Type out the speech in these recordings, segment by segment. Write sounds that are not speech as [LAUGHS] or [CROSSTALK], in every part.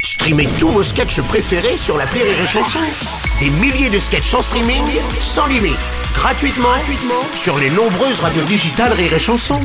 Streamez tous vos sketchs préférés sur la Rire et Chanson. Des milliers de sketchs en streaming, sans limite, gratuitement, gratuitement sur les nombreuses radios digitales Rire et Chanson.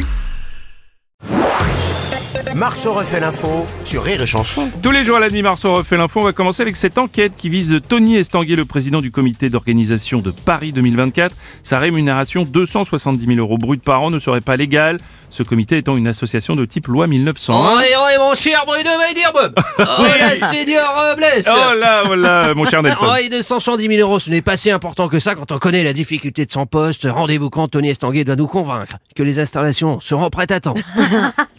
Marceau refait l'info sur Rire et Chanson. Tous les jours à la nuit, Marceau refait l'info. On va commencer avec cette enquête qui vise Tony Estanguet, le président du comité d'organisation de Paris 2024. Sa rémunération, 270 000 euros brut par an, ne serait pas légale. Ce comité étant une association de type loi 1901. Oui, oui, oh, mon cher Bruno Weiderbob Oh la euh, senior Robles Oh là, voilà, mon cher Nelson. Ah, Oui, 270 000 euros, ce n'est pas si important que ça quand on connaît la difficulté de son poste. Rendez-vous compte, Tony Estanguet doit nous convaincre que les installations seront [LAUGHS] prêtes à temps,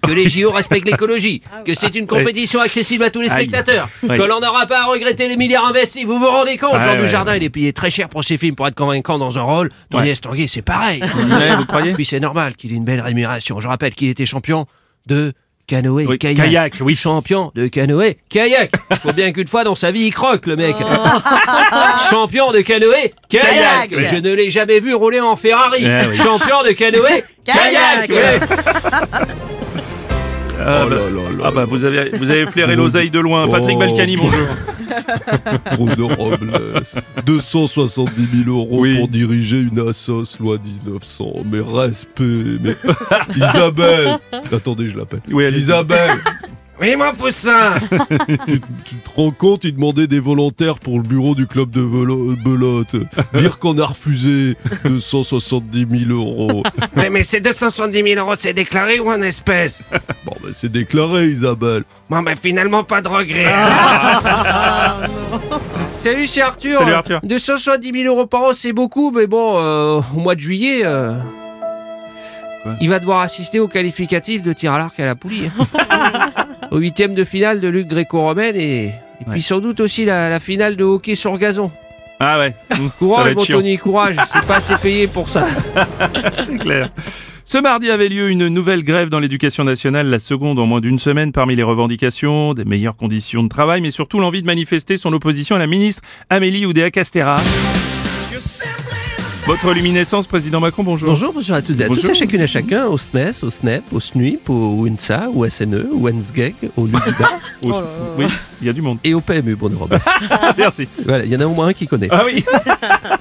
que les JO respectent l'écologie, que c'est une compétition accessible à tous les Ah Aïe. spectateurs, Ouais. que l'on n'aura pas à regretter les milliards investis. Vous vous rendez compte, Ouais, Jean Ah ouais, Dujardin, ouais. il est payé très cher pour ses films pour être convaincant dans un rôle. Tony Ouais. Estanguet, c'est pareil. Ouais, vous croyez Puis c'est normal qu'il ait une belle rémunération. Je rappelle qu'il était champion de canoë Oui, kayak. kayak, oui. Champion de canoë kayak. Il faut bien qu'une fois dans sa vie il croque le mec. Ah. [LAUGHS] champion de canoë kayak. Kayak. Oui. Je ne l'ai jamais vu rouler en Ferrari. Eh oui. Champion de canoë kayak. Kayak. Ouais. Ah, bah, ah bah, vous avez, vous avez flairé l'oseille de loin. Patrick Oh. Balkany, bonjour. Bruno Robles. 270 000 euros Oui. pour diriger une assos loi 1900. Mais respect, mais... [LAUGHS] Isabelle Attendez, je l'appelle. Oui, allez-y. Isabelle, Oui mon [LAUGHS] poussin. tu te rends compte, il demandait des volontaires pour le bureau du club de velo- belote. Dire qu'on a refusé 270 000 euros. mais, mais ces 270 000 euros c'est déclaré ou en espèces Bon, bah, c'est déclaré, Isabelle. Bon ben finalement pas de regret. [LAUGHS] Salut, c'est Arthur. Salut, Arthur. 270 000 euros par an, c'est beaucoup, mais bon, euh, au mois de juillet, euh, il va devoir assister au qualificatif de tir à l'arc à la poulie. au huitième de finale de lutte gréco-romaine et, et puis sans doute aussi la, la finale de hockey sur gazon. Ah ouais, Mmh, ça va Courage, être mon chiant. Tony, courage. C'est pas assez payé [LAUGHS] pour ça. C'est clair. Ce mardi avait lieu une nouvelle grève dans l'éducation nationale, la seconde en moins d'une semaine parmi les revendications, des meilleures conditions de travail, mais surtout l'envie de manifester son opposition à la ministre Amélie Oudéa-Castera. Votre luminescence, président Macron, bonjour. Bonjour, bonjour à toutes et à Bonjour. tous, à chacune et à chacun, au SNES, au SNEP, au SNUIP, au WINSA, au SNE, au WENSGEG, E au LUDIDA Au- Oui, il y a du monde. et au PMU, Bruno Robles. Ah, [LAUGHS] merci. Voilà, il y en a au moins un [LAUGHS] qui connaît. Ah oui.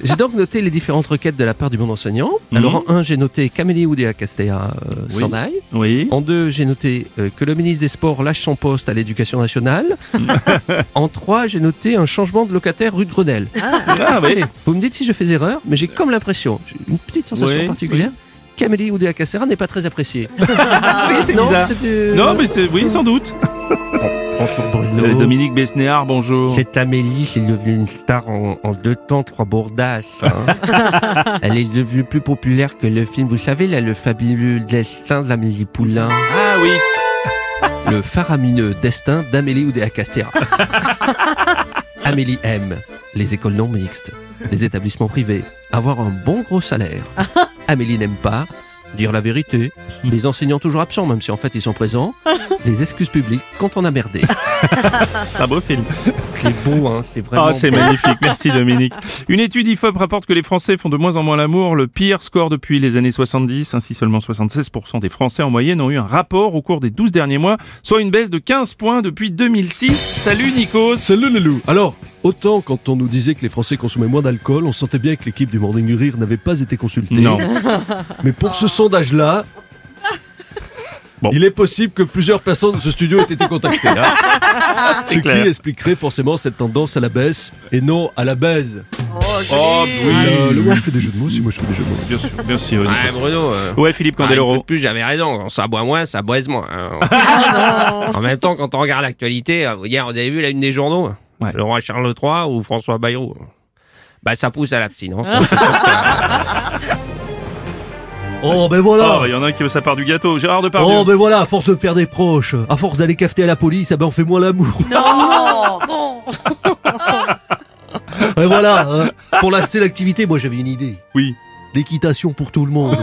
J'ai donc noté les différentes requêtes de la part du monde enseignant. Mhm. Alors en un, j'ai noté qu'Amélie Oudéa Castéa euh, Oui. s'en aille. Oui. En deux, j'ai noté euh, que le ministre des Sports lâche son poste à l'éducation nationale. Mhm. [LAUGHS] en trois, j'ai noté un changement de locataire rue de Grenelle. Ah oui. Vous me dites si je fais erreur, mais j'ai comme l'impression, j'ai une petite sensation Oui, particulière, qu'Amélie Oudéa Castéa n'est pas très appréciée. Ah, non, bizarre. c'est du- Non, mais c'est oui, sans doute. Euh, Dominique Besnéard, bonjour. Cette Amélie, c'est devenue une star en, en deux temps, trois bourdasses. [LAUGHS] hein. Elle est devenue plus populaire que le film, vous savez, là, le fabuleux destin d'Amélie Poulain. Ah oui. Le faramineux destin d'Amélie Oudéa Castéra. [LAUGHS] Amélie aime les écoles non mixtes, les établissements privés, avoir un bon gros [LAUGHS] salaire. Amélie n'aime pas dire la vérité, les enseignants toujours absents, même si en fait ils sont [LAUGHS] présents, les excuses publiques quand on a merdé. Un beau film. C'est beau, hein, c'est vraiment Ah, c'est magnifique. Merci Dominique. Une étude IFOP rapporte que les Français font de moins en moins l'amour, le pire score depuis les années 70. Ainsi, seulement 76% des Français en moyenne ont eu un rapport au cours des 12 derniers mois, soit une baisse de 15 points depuis 2006. Salut Nikos. Salut les loups Alors, autant quand on nous disait que les Français consommaient moins d'alcool, on sentait bien que l'équipe du Morning du Rire n'avait pas été consultée. Non. [LAUGHS] Mais pour ce sondage-là, Bon. il est possible que plusieurs personnes de ce studio aient été contactées. hein. ce Ah, clair. qui expliquerait forcément cette tendance à la baisse et non à la baise. Oh oui. Euh, le- moi, je fais des jeux de mots, si moi je fais des jeux de mots. Bien sûr, bien sûr. Ouais, Nikos. Bruno. euh, Ouais, Philippe Ah, une fois de Candeloro. plus, j'avais raison. Quand ça boit moins, ça boise moins. hein. en même temps, quand on regarde l'actualité, euh, hier, vous avez vu la une des journaux Ouais. Le roi Charles III ou François Bayrou Bah, ça pousse à l'abstinence. Oh, ben Ah, voilà il y en a un qui veut sa part du gâteau. Gérard Depardieu. Oh, ben voilà, à force de perdre des proches, à force d'aller cafeter à la police, ah ben on fait moins l'amour. Non, non. Et voilà, hein. pour lancer l'activité, moi j'avais une idée. Oui. L'équitation pour tout le monde.